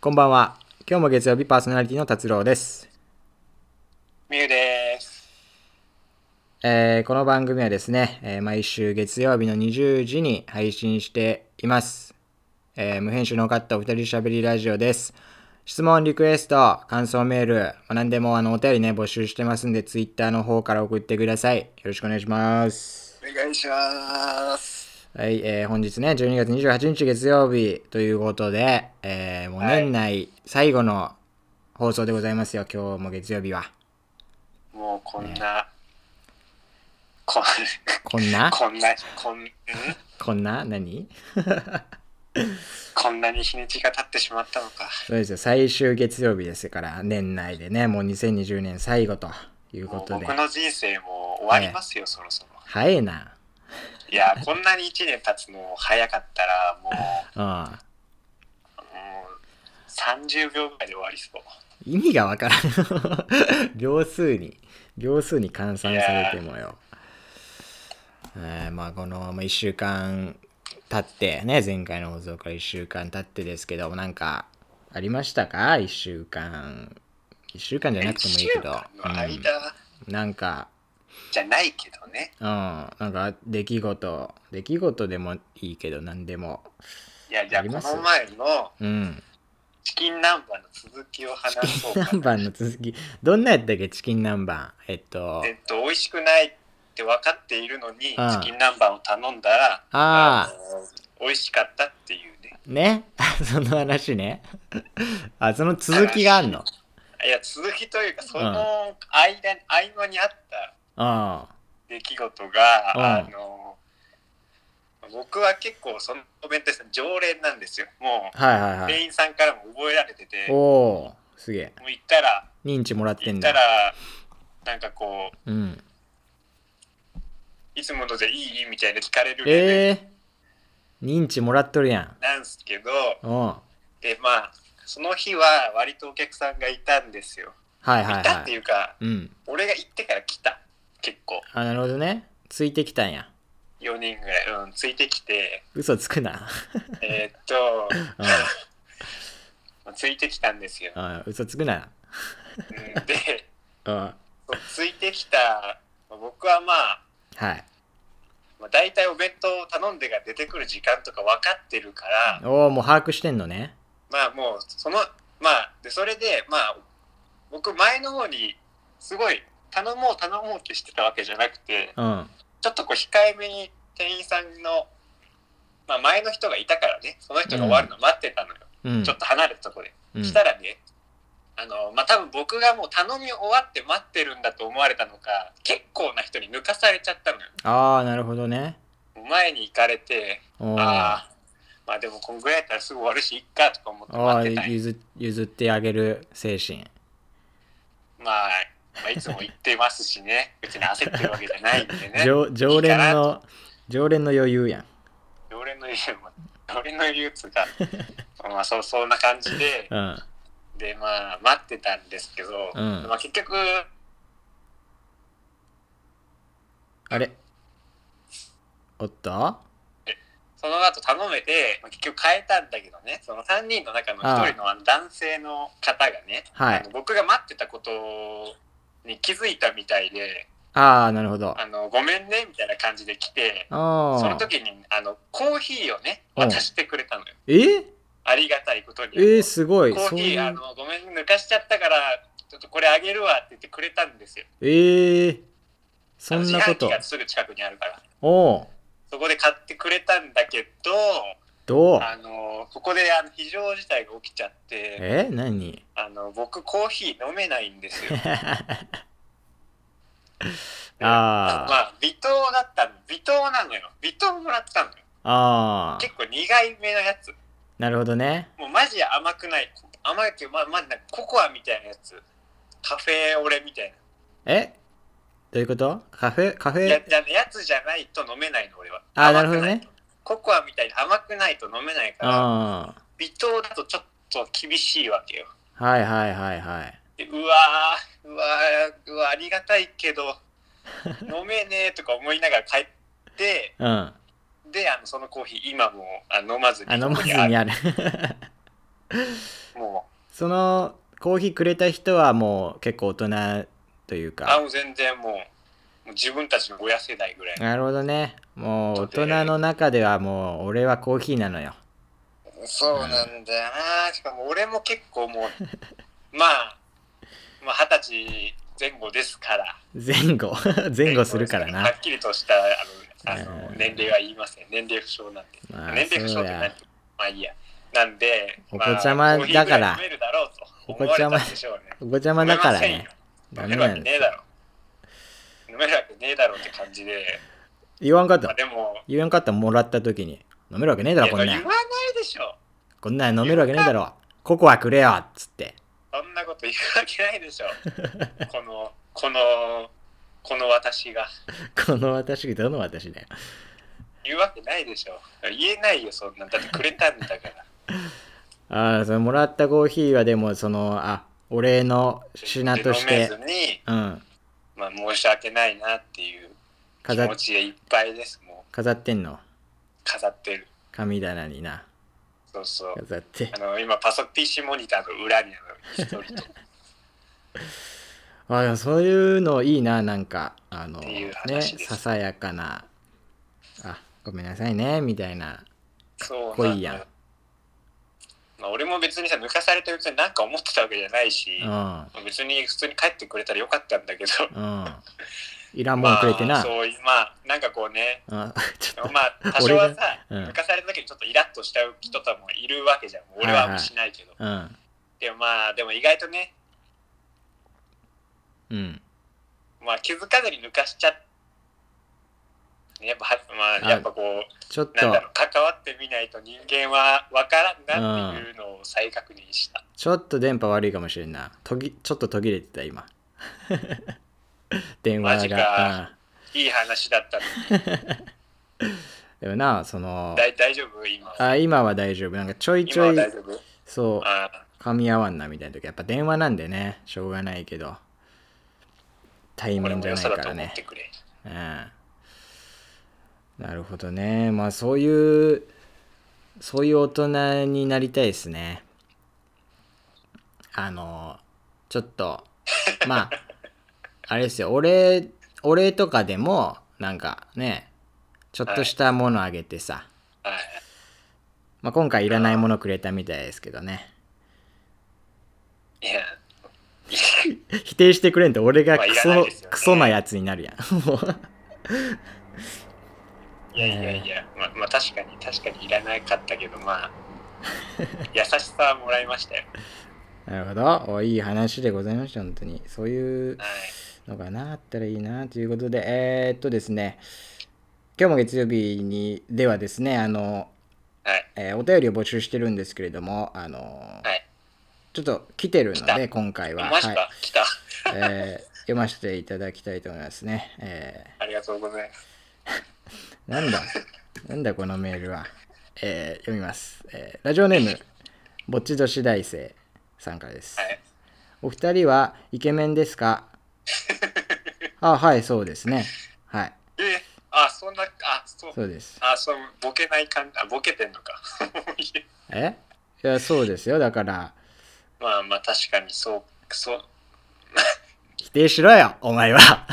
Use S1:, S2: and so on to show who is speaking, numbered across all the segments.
S1: こんばんは。今日も月曜日パーソナリティの達郎です。
S2: みゆです。
S1: えーこの番組はですね、えー毎週月曜日の20時に配信しています。えー無編集の勝ったお二人しゃべりラジオです。質問、リクエスト、感想メール、まあ何でもあのお便りね、募集してますんで、ツイッターの方から送ってください。よろしくお願いします。
S2: お願いします。
S1: はい、えー本日ね、12月28日月曜日ということで、えーもう年内最後の放送でございますよ、今日も月曜日は。
S2: もうこんな、こん
S1: こんな
S2: こんなこんん
S1: こんな何
S2: こんなに日にちが経ってしまったのか。
S1: そうですよ最終月曜日ですから年内でねもう2020年最後というこ
S2: もう
S1: とで
S2: 僕の人生も終わりますよ、そろそろ。
S1: 早えない
S2: や、こんなに1年経つの早かったら、も
S1: うん
S2: う、もう30秒ぐらいで終わりそう。
S1: 意味がわからん 秒数に秒数に換算されてもよ、えーまあこの、まあ、1週間経ってね前回の放送から1週間経ってですけどなんかありましたか1週間1週間じゃなくてもいいけど
S2: 一週間の間
S1: うん、なんか
S2: じゃないけどね。
S1: うん、なんか出来事出来事でもいいけど何でも
S2: いや、じ
S1: あ
S2: ゃあ
S1: り
S2: こ
S1: ます
S2: の前の
S1: うん
S2: チキン南蛮の続きを話
S1: チ
S2: そう
S1: キン
S2: かな
S1: 南蛮の続きどんなやったっけチキン南蛮えっと
S2: えっと、美味しくないって分かっているのに、
S1: うん
S2: チキン南蛮を頼んだら、
S1: あー
S2: の美味しかったっていうね。
S1: ねその話ねあその続きがあんの
S2: いや、続きというか、そ
S1: う
S2: の
S1: ん
S2: 間に、合間にあった
S1: あ
S2: 出来事が、
S1: うん
S2: あの、僕は結構そのお弁当屋さん常連なんですよ。も
S1: あはいは
S2: う、
S1: いはい
S2: 店員さんからも覚えられてて、
S1: お
S2: も
S1: おーすげえ
S2: う行ったら、
S1: 認知もらって
S2: 行
S1: ん
S2: っ
S1: だ
S2: たら、なんかこう、
S1: うん
S2: いつものでいいみたいな聞かれるレベル
S1: ええー、認知もらっとるやん
S2: なんですけど、
S1: うんは
S2: で、まあ、その日は割とお客さんがいたんですよ。
S1: いはい
S2: いたっ
S1: は
S2: て
S1: い
S2: いうか、
S1: うん
S2: 俺が行ってから来た。結構、
S1: あなるほどねついてきたんや
S2: 4人ぐらい、うん、ついて きて、
S1: 嘘つくな、
S2: えーっと、
S1: うん
S2: ついてきたんですよ。
S1: うん、嘘つくな
S2: うんで、
S1: うん
S2: そうついてきた、僕はまあ、
S1: はい
S2: まあ、大体お弁当を頼んでが出てくる時間とか分かってるから、
S1: おおもう把握してんのね
S2: まあもう、その、まあ、で、それで、まあ、僕、前の方に、すごい、頼もう頼もうってしてたわけじゃなくて、
S1: うん
S2: ちょっとこう、控えめに店員さんの、まあ、前の人がいたからね、その人が終わるの待ってたのよ。
S1: うん
S2: ちょっと離れたとこで。
S1: うん
S2: したらね、あの、まあ、多分僕がもう頼み終わって待ってるんだと思われたのか、結構な人に抜かされちゃったのよ。
S1: ああなるほどね
S2: 前に行かれて、
S1: おー
S2: ああ、まあでもこんぐらいやったらすぐ終わるし、いっかとか思って
S1: あ
S2: 待
S1: ー
S2: ってたんよ
S1: 譲譲ってあげる精神
S2: まあ、まあ、いつも行ってますしね、別に焦ってるわけじゃないんで ね。
S1: 常常連の常連の余裕やん
S2: 常連の理由も、常連の理由っつうか、 まあそう、そんな感 じで、
S1: うん
S2: で、まあ待ってたんですけど、
S1: うん
S2: まあ結局、
S1: あれおっと
S2: その後頼めて、まあ、結局変えたんだけどね、その3人の中の1人のあの男性の方がね、
S1: は
S2: あ
S1: い
S2: の僕が待ってたことに気づいたみたいで、
S1: ああなるほど
S2: あのごめんねみたいな感じで来て、
S1: あ
S2: その
S1: ー
S2: 時にあのコーヒーをね、
S1: うん
S2: 渡してくれたのよ。
S1: え
S2: ありがたいことに。
S1: えー、すごい
S2: コ
S1: そ
S2: ー
S1: う
S2: ヒ
S1: い
S2: ーあ
S1: う
S2: のごめん、抜かしちゃったから、ちょっとこれあげるわって言ってくれたんですよ。
S1: えー、そ
S2: あの
S1: んなこ
S2: 自販
S1: と
S2: 機がすぐ近くにあるから。
S1: おお
S2: そこで買ってくれたんだけど、
S1: どう
S2: あのここであの非常事態が起きちゃって。
S1: え何
S2: あの僕コーヒー飲めないんですよ。
S1: あー
S2: まあ微糖だったの微糖なのよ微糖もらったのよ
S1: ああ
S2: 結構苦いめのやつ
S1: なるほどね
S2: もうマジ甘くない甘いけどまあまあなんかココアみたいなやつカフェオレみたい
S1: えどういうことカフェカフ
S2: なや
S1: ェ
S2: ややつじゃないと飲めないの俺は
S1: あー
S2: 甘
S1: な
S2: く
S1: るほどね
S2: ココアみたいに甘くないと飲めないから
S1: あ
S2: 微糖だとちょっと厳しいわけよ
S1: あはいはいはいはい
S2: でうわーうわーうわーありがたいけ ど飲めねえとか思いながら帰って
S1: うんあ
S2: であのそのコーヒー今もうあ飲まずに
S1: 飲まず
S2: ここ
S1: に
S2: にあ
S1: ある
S2: るも
S1: そのコーヒーくれた人はもう結構大人という
S2: あ、
S1: か
S2: もう全然もう、もう自分たちの親世代ぐらい。
S1: なるほどねもう大人の中ではもう俺はコーヒーなのよ
S2: そうなんだよな。しかも俺も結構も う、まあ、まあ二十歳前後ですから。
S1: 前 後前後するから
S2: は
S1: な
S2: っきりとしたあのあの
S1: うん
S2: 年齢は言いません。年齢不詳なんで。
S1: まあ
S2: 年齢不詳
S1: そ
S2: っ
S1: う
S2: て
S1: だ
S2: 何まあいいや。なんで、
S1: お子ちゃまだから
S2: まあコーヒーぐい飲めるだろうと
S1: お子
S2: 思わ
S1: ち
S2: れ
S1: ゃま
S2: たんでしょうね。
S1: ごちゃまだから
S2: 飲めま
S1: ねダ
S2: せんよ飲
S1: メな
S2: めるわ
S1: ん
S2: け
S1: で
S2: ね
S1: す
S2: え
S1: よ
S2: だろ。飲めるわけねえだろって感じで。
S1: 言わんかっ
S2: ま
S1: た
S2: あでも、
S1: 言わんかったもらった時に飲めるわけねえだろ
S2: いや
S1: こん
S2: まあ
S1: な
S2: 言
S1: ん
S2: わないでしょ。
S1: こんなん飲めるわけねえだろココアくれよっつって
S2: そんなこと言うわけない でしょ。この、この、この私が。
S1: この私どの私だよ
S2: 言うわけないでしょ。言えないよ、そんな。だってくれたんだから。
S1: ああそのもらったコーヒーはでもそのあお礼の品とし
S2: で
S1: て
S2: 飲めずに、
S1: うん
S2: まあ、申し訳ないなっていう気
S1: 飾っ
S2: 持ちでいっぱいです。もう
S1: 飾ってんの
S2: 飾ってる。
S1: 神棚にな
S2: そうそう。
S1: 飾って
S2: あの今パソ PC モニターの裏にあの 一人と
S1: あでもそういうのいいななんかあの
S2: っていう
S1: ね
S2: 話です
S1: ささやかなあごめんなさいねみたいな
S2: そう
S1: 濃いやん
S2: なんだまあ、俺も別にさ抜かされて別になんか思ってたわけじゃないし、
S1: うん
S2: 別に普通に帰ってくれたらよかったんだけど
S1: うんいらんも
S2: ま
S1: ん
S2: あ
S1: くれてな、
S2: そういまあなんかこうね
S1: あ ちょっと
S2: まあ多少はさ、
S1: 俺がうん
S2: 抜かされた時にちょっとイラッとしちゃう人とかもいるわけじゃん俺はあんましないけど、
S1: うん
S2: でもまあでも意外とね、
S1: うん
S2: まあ、気づかずに抜かしちゃねやっぱは、まあ、やっぱこう
S1: ちょっ
S2: なんだ
S1: と
S2: ろう関わってみないと人間は分からんなっていうのを再確認した、
S1: ちょっと電波悪いかもしれんなとぎちょっと途切れてた今 電
S2: マ
S1: 話
S2: ジ
S1: が、
S2: か
S1: うん
S2: いい話だったの
S1: でもなその
S2: だい大丈夫今
S1: あ今は大丈夫なんかちょいち
S2: 今
S1: ょ
S2: はい大丈夫
S1: そう
S2: ああ
S1: 噛み合わんなみたいな時やっぱ電話なんでねしょうがないけど対
S2: 俺
S1: 面
S2: も
S1: じゃ
S2: 良
S1: ない
S2: さ
S1: か
S2: だと
S1: ら
S2: 思っ
S1: ね
S2: てくれ
S1: うんなるほどねまあそういうそういう大人になりたいですねあのちょっとまああれですよお礼お礼とかでもなんかねちょっとしたものあげてさ、
S2: はい
S1: まあ、今回いらないものくれたみたいですけどね
S2: いや
S1: 否定してくれんと俺がクソ,、
S2: まあいらないですよね
S1: クソなやつになるやん もう
S2: いやいやいや、まあ、まあ確かに確かにいらなかったけどまあ優しさはもらいましたよ
S1: なるほどおいい話でございました本当にそういう
S2: はい
S1: のがなあったらいいなということでえー、っとですね今日も月曜日にではですねあの、
S2: はい
S1: えーお便りを募集してるんですけれどもあの、
S2: はい
S1: ちょっと来てるの
S2: 来
S1: で
S2: た
S1: 今回は、
S2: マジか、
S1: はい
S2: 来た
S1: えー読ませていただきたいと思いますね、えー
S2: ありがとうございます
S1: なんだなんだこのメールは。えー読みます、えーラジオネーム、ぼっち女子大生さんからです。
S2: はい
S1: お二人はイケメンです かあ、はい、そうですね。はい、
S2: えあそんなあそう
S1: そうです。
S2: あそうボケない感じあボケてんのか
S1: えいや、そうですよ。だから、
S2: まあまあ確かにそうそう
S1: 否定しろよ、お前は。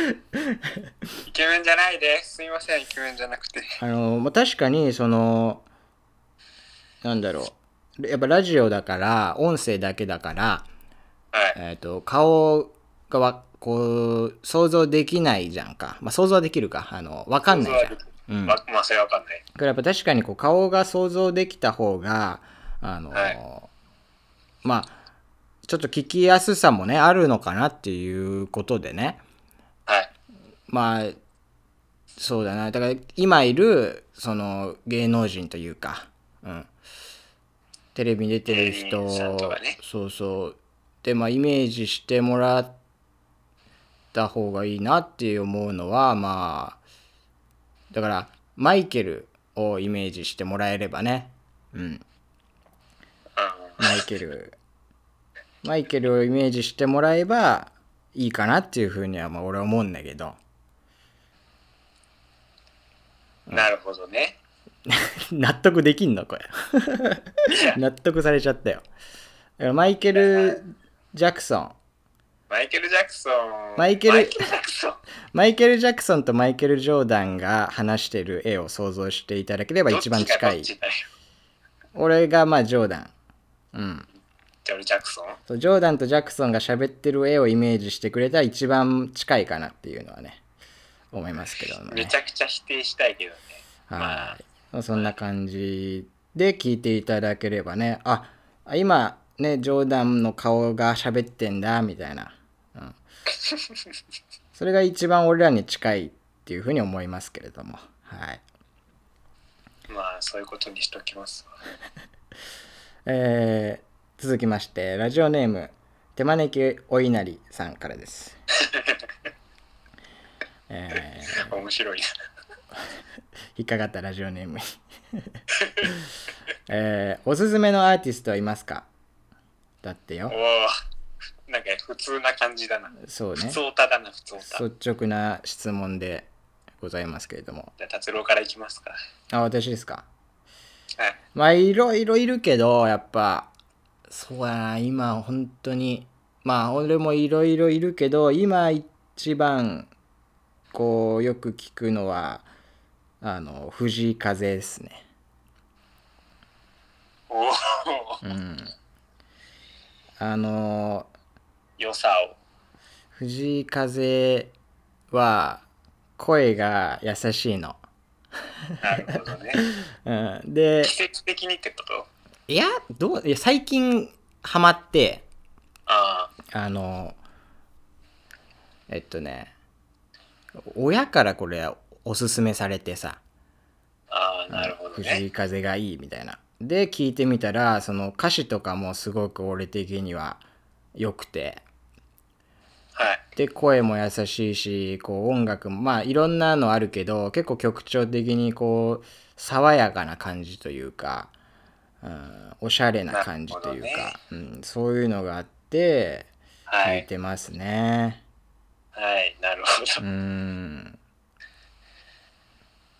S2: イケメンじゃないですすいませんイケメンじゃなくて
S1: あの、まあ、確かに、その、なんだろう。やっぱラジオだから、音声だけだから、
S2: はい
S1: えー、と顔がわこう想像できないじゃんか、まあ、想像はできるかあの分かんないじゃん。うん、だ
S2: ま
S1: か
S2: まあそれはわかんない
S1: らやっぱ確かにこう顔が想像できた方があの、
S2: はい
S1: まあちょっと聞きやすさもねあるのかなっていうことでね
S2: はい
S1: まあそうだなだから今いるその芸能人というか、うん、テレビに出てる人
S2: 芸人さんとかね
S1: そうそうでまあイメージしてもらった方がいいなって思うのはまあだからマイケルをイメージしてもらえればねうん
S2: う
S1: マイケル マイケルをイメージしてもらえばいいかなっていうふうにはまあ俺は思うんだけど。
S2: んなるほどね
S1: 納得できんのこれ 納得されちゃったよだからマイケル・ジャクソン
S2: マイケル・ジャクソン。
S1: マイケル
S2: ジャクソン。
S1: マイケル・ジャクソンとマイケル・ジョーダンが話してる絵を想像していただければ一番近
S2: どっ
S1: い
S2: ちがどっちだよ
S1: 俺がまあジョーダンうん
S2: じゃあ俺ジャクソン
S1: そうジョーダンとジャクソンが喋ってる絵をイメージしてくれたら一番近いかなっていうのはね思いますけどね
S2: めちゃくちゃ否定したいけどね。 まあ
S1: はい。そんな感じで聞いていただければね、あ今ね、ジョーダンの顔が喋ってんだみたいな、うん、それが一番俺らに近いっていうふうに思いますけれども、はい。
S2: まあそういうことにしときますわ。
S1: えー続きまして、ラジオネーム、手招きお稲荷さんから です。えー
S2: 面白いな。
S1: 引っかかったラジオネームに、 えーおすすめのアーティストはいますかだってよ
S2: おお。なんか普通な感じだな。
S1: そう
S2: 普
S1: ね
S2: 通歌だな、普通歌。じ
S1: 率直な質問でございますけれども
S2: ゃあ達郎からいきますか。
S1: あ私ですか
S2: はい。
S1: まあいろいろいるけどやっぱそうやな今本当にまあ俺もいろいろいるけど今一番こうよく聞くのはあの藤井風ですね
S2: おお。
S1: うんあの
S2: 良さを。
S1: 藤井風は声が優しいの、
S2: なるほどね。
S1: うん、で
S2: 季節的にってこと
S1: いやどういや最近ハマって
S2: ああ。
S1: あのえっとね親からこれおすすめされてさ
S2: ああ、なるほど
S1: 藤
S2: ね
S1: 井。風がいいみたいなで聞いてみたらその歌詞とかもすごく俺的には良くて
S2: はい。
S1: で声も優しいしこう音楽もまあいろんなのあるけど結構曲調的にこう爽やかな感じというか、うん、おしゃれな感じというか、
S2: なる
S1: うん、そういうのがあって
S2: は
S1: 聴い
S2: い。
S1: てますね、
S2: はい。なるほど。
S1: うん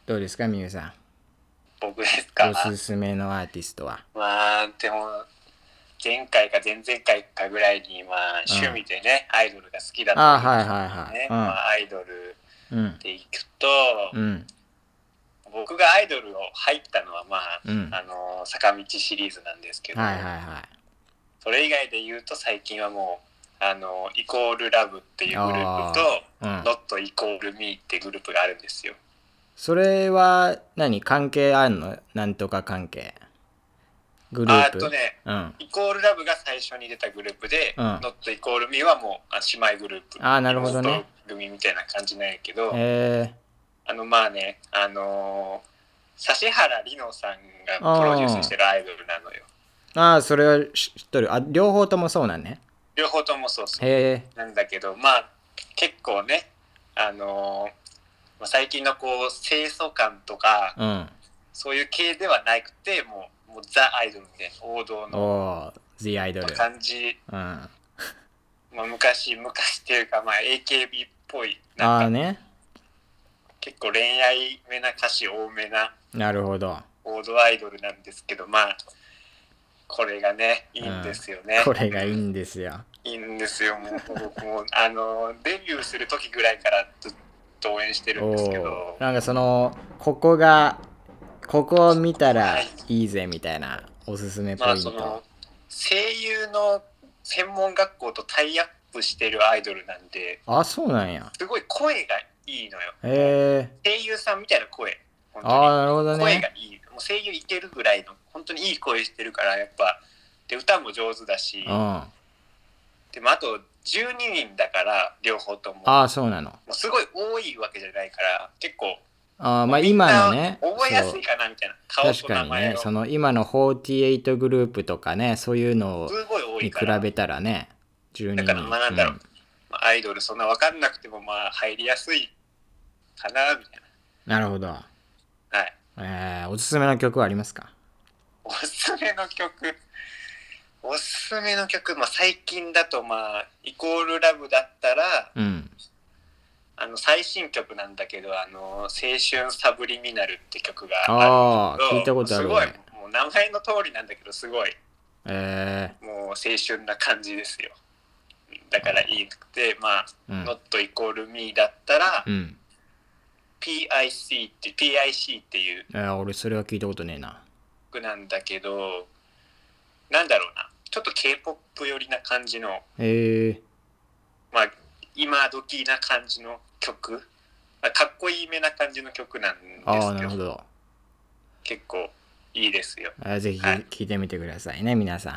S1: どうですかみゆさ
S2: 僕です
S1: ん
S2: か
S1: お。すすめのアーティストは
S2: まあでも前回か前々回かぐらいにまあ
S1: うん
S2: 趣味でね、アイドルが好きだ
S1: あ
S2: っ
S1: あはい
S2: た
S1: は
S2: ね、
S1: い
S2: ま
S1: は
S2: あ、アイド
S1: い
S2: ル
S1: うん
S2: でいくと、
S1: うん
S2: 僕がアイドルを入ったのはまあ、
S1: うんうん
S2: あの坂道シリーズなんですけど、
S1: はいはいは
S2: それ以外で言うと最近はもうあのイコールラブっていうグループと
S1: いうん
S2: ノットイコールミーってグループがあるんですよ。
S1: それは何関係あんのなんとか関係グル
S2: あ
S1: ー
S2: ー
S1: プ
S2: っとね
S1: うんあ
S2: イコールラブが最初に出たグループで、
S1: うん
S2: ノットイコールミーはもうあ姉妹グループ
S1: あーなるほどね
S2: 妹組みたいな感じなんやけど、
S1: え
S2: あのまあねあのー指原莉乃さんがプロデュースしてるアイドルなのよ
S1: ー、ああそれは知っとるあ両方ともそうなんね
S2: 両方ともそうそう
S1: へ
S2: なんだけどまあ結構ねあのーまあ最近のこう清楚感とか
S1: えうん
S2: そういう系ではなくてもうもうザ・アイドルみたいな王道
S1: お
S2: の
S1: お The アイドル
S2: 感じ、
S1: うんあ
S2: まあ、昔昔っていうか、まあ、AKB っぽい
S1: あ
S2: なん
S1: ー
S2: か
S1: ね
S2: 結構恋愛めな歌詞多めな
S1: なるほど
S2: 王道アイドルなんですけどまあこれがねいいんですよね、
S1: これがいいんですよ
S2: いいんですよ、もう僕も あのデビューする時ぐらいからずっと応援してるん
S1: お
S2: ですけ
S1: お
S2: ど、
S1: なんかそのここがここを見たらいいぜみたいなおすすめポ
S2: まあ
S1: イン
S2: その
S1: ト、
S2: 声優の専門学校とタイアップしてるアイドルなんで、
S1: あそうなんや
S2: すごい声がいいのよ。
S1: へえ
S2: 声優さんみたいな声、本
S1: ああ
S2: 当
S1: なるほど
S2: に声が
S1: ね
S2: いい、もう声優いけるぐらいの本当にいい声してるからやっぱで歌も上手だし、
S1: うんあ
S2: でもあと12人だから両方とも。
S1: あそうなの
S2: もうすごい多いわけじゃないから結構
S1: あーまあ今のね
S2: 覚えやすい
S1: そ
S2: かなみたいな顔
S1: う
S2: と
S1: 確
S2: 名
S1: かに
S2: 前
S1: ね
S2: を
S1: その今の48グループとかねそういうの
S2: すごい多
S1: に比
S2: いから
S1: べたらね12人
S2: だからまあなんだろう
S1: うん
S2: まあアイドルそんな分かんなくてもまあ入りやすいかなみたい
S1: なるほど、
S2: なはい
S1: えーおすすめの曲はありますか
S2: おすすめの曲おすすめの曲、まあ、最近だとまあイコールラブだったら
S1: うん
S2: あの最新曲なんだけど「あの青春サブリミナル」って曲があ
S1: ああ
S2: るんだけど
S1: 聞いたことある
S2: す
S1: ね
S2: ごいもう名前の通りなんだけどすごい
S1: え
S2: もう青春な感じですよだからいいくてまあ
S1: えう
S2: 「
S1: ん
S2: Not イコール Me」だったら
S1: うん
S2: PIC って PIC っていう
S1: えー俺それは聞いたことねえな
S2: 曲なんだけどなんだろうなちょっと K-POP 寄りな感じの
S1: ええ
S2: まあ今時な感じの曲、まあ、かっこいいめな感じの曲なんです
S1: ああな
S2: け
S1: る
S2: ど
S1: ほど
S2: 結構いいですよ。
S1: あーぜひ
S2: はい
S1: 聞いてみてくださいね皆さん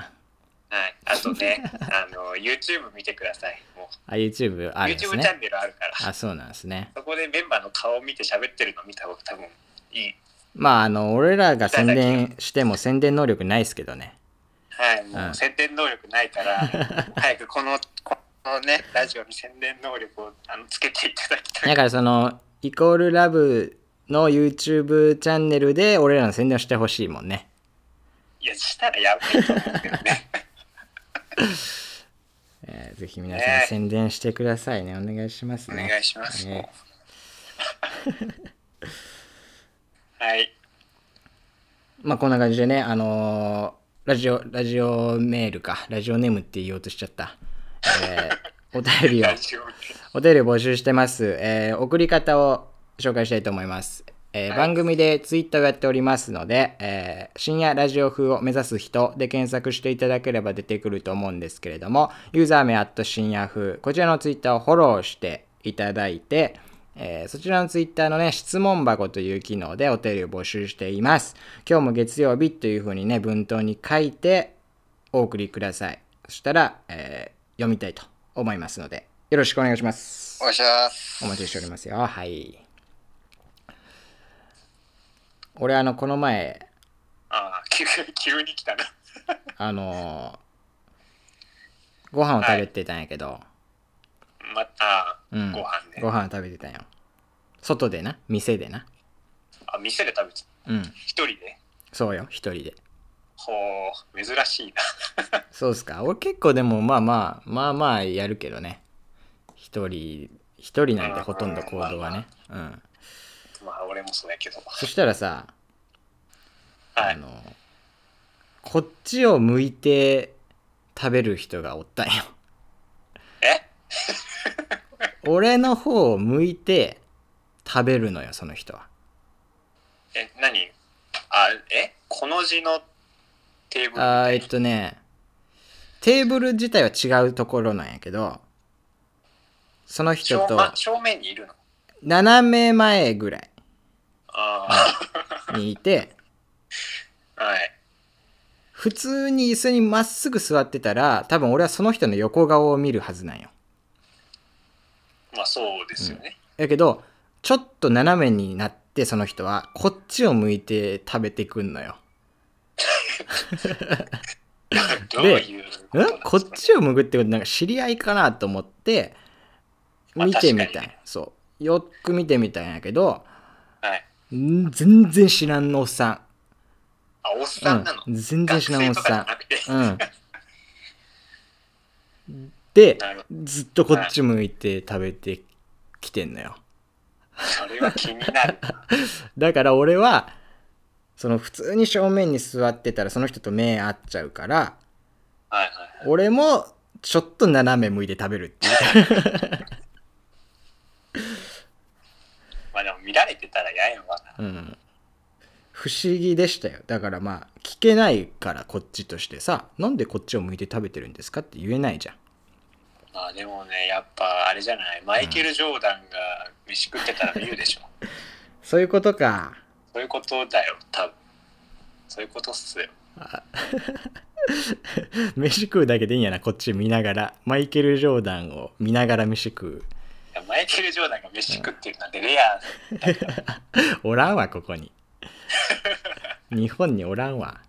S2: はい、あと ねあの YouTube 見てくださいも
S1: あ YouTube
S2: う
S1: あるんです
S2: YouTube チャ
S1: ね
S2: ンネルあるから
S1: あそうなんですね
S2: そこでメンバーの顔を見て喋ってるの見た方が多分いい
S1: まああの俺らが宣伝しても宣伝能力ないですけどね
S2: はい
S1: あ
S2: も
S1: あ
S2: う宣伝能力ないから 早くこのこのねラジオに宣伝能力をあのつけていただきたい
S1: だからそのイコールラブの YouTube チャンネルで俺らの宣伝をしてほしいもんね
S2: いやしたらやばいと思うけどね
S1: えーぜひ皆さん
S2: ね
S1: 宣伝してくださいね。お願いします
S2: お
S1: ね。
S2: 願いします、
S1: ね
S2: はい
S1: まあこんな感じでね、あのーラジオ、ラジオメールか、ラジオネームって言おうとしちゃった。えーお便りを
S2: ラ、ジオ
S1: お便りを募集してます。えー送り方を紹介したいと思います。えー
S2: はい
S1: 番組でツイッターをやっておりますので、えー深夜ラジオ風を目指す人で検索していただければ出てくると思うんですけれども、ユーザー名アット深夜風、こちらのツイッターをフォローしていただいて、えーそちらのツイッターのね、質問箱という機能でお便りを募集しています。今日も月曜日というふうにね、文頭に書いてお送りください。そしたら、えー読みたいと思いますので、よろしくお願いします。
S2: お願いします
S1: お待ちしておりますよはい俺あのこの前
S2: ああ急急に来たな
S1: あのご飯を食べてたんやけど、
S2: また、
S1: うん
S2: ご飯ね
S1: ご飯を食べてたんよ外でな店でな
S2: あ店で食べてた
S1: うん
S2: 一人で
S1: そうよ一人で
S2: ほう珍しいな
S1: そうっすか俺結構でもまあまあまあまあやるけどね一人一人なんでほとんど行動はねうん
S2: まあ俺もそうやけど
S1: そしたらさ
S2: は
S1: あ
S2: い
S1: のこっちを向いて食べる人がおったん よ
S2: え
S1: 俺の方を向いて食べるのよその人は
S2: え何あえこの字のテーブル
S1: あーえっとねテーブル自体は違うところなんやけどその人
S2: 正
S1: と
S2: ま正面にいるの
S1: 斜め前ぐらい
S2: あ
S1: にいて
S2: あはい
S1: 普通に椅子にまっすぐ座ってたら多分俺はその人の横顔を見るはずなんよ
S2: まあそうですよね、
S1: やけどちょっと斜めになってその人はこっちを向いて食べてくんのよ
S2: どういうことなん
S1: ん
S2: ですか
S1: こっちを向くってことなんか知り合いかなと思って
S2: まあ
S1: 見てみ
S2: 確
S1: た
S2: か
S1: い、
S2: に
S1: そうよく見てみたんやけど
S2: はい
S1: ん全然知らんのおっさ
S2: あおっ
S1: ん
S2: さんなの、
S1: うん、全然
S2: 学
S1: 知らん
S2: 生
S1: おっ
S2: とかじゃ
S1: さ
S2: なくて、
S1: ん、うん、 で
S2: なるほ
S1: ずっとこっち向いて食べてきてんのよ
S2: どそれは気にな るな
S1: だから俺はその普通に正面に座ってたらその人と目合っちゃうから
S2: はいはい
S1: 俺もちょっと斜め向いて食べるっていう
S2: まあでも見られてたらややわな
S1: うん、不思議でしたよだからまあ聞けないからこっちとしてさなんでこっちを向いて食べてるんですかって言えないじゃん
S2: まあでもねやっぱあれじゃないマイケル・ジョーダンが飯食ってたら見るでしょ、
S1: そういうことか
S2: そういうことだよ多分そういうことっすよ
S1: 飯食うだけでいいんやなこっち見ながらマイケル・ジョーダンを見ながら飯食う
S2: いやマイケル・ジョーダンが飯食ってるなんてレア
S1: おらんわここに日本におらんわ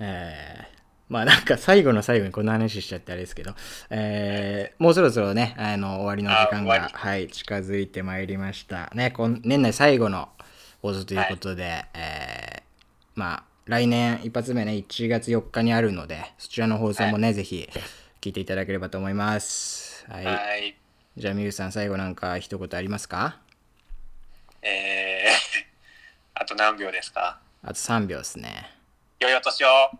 S1: えーまあなんか最後の最後にこんな話しちゃってあれですけど、えーもうそろそろねあの終わりの時間
S2: あ終わ
S1: が
S2: り
S1: はい近づいてまいりましたねこん年内最後の放送ということで、えーまあ来年一発目ね1月4日にあるのでそちらの放送もね、ぜひ聞いていただければと思いますはい
S2: はい
S1: じゃあ、みゆさん、最後なんか一言ありますか
S2: えー、あと何秒ですか
S1: あと3秒ですね。
S2: 良いお年を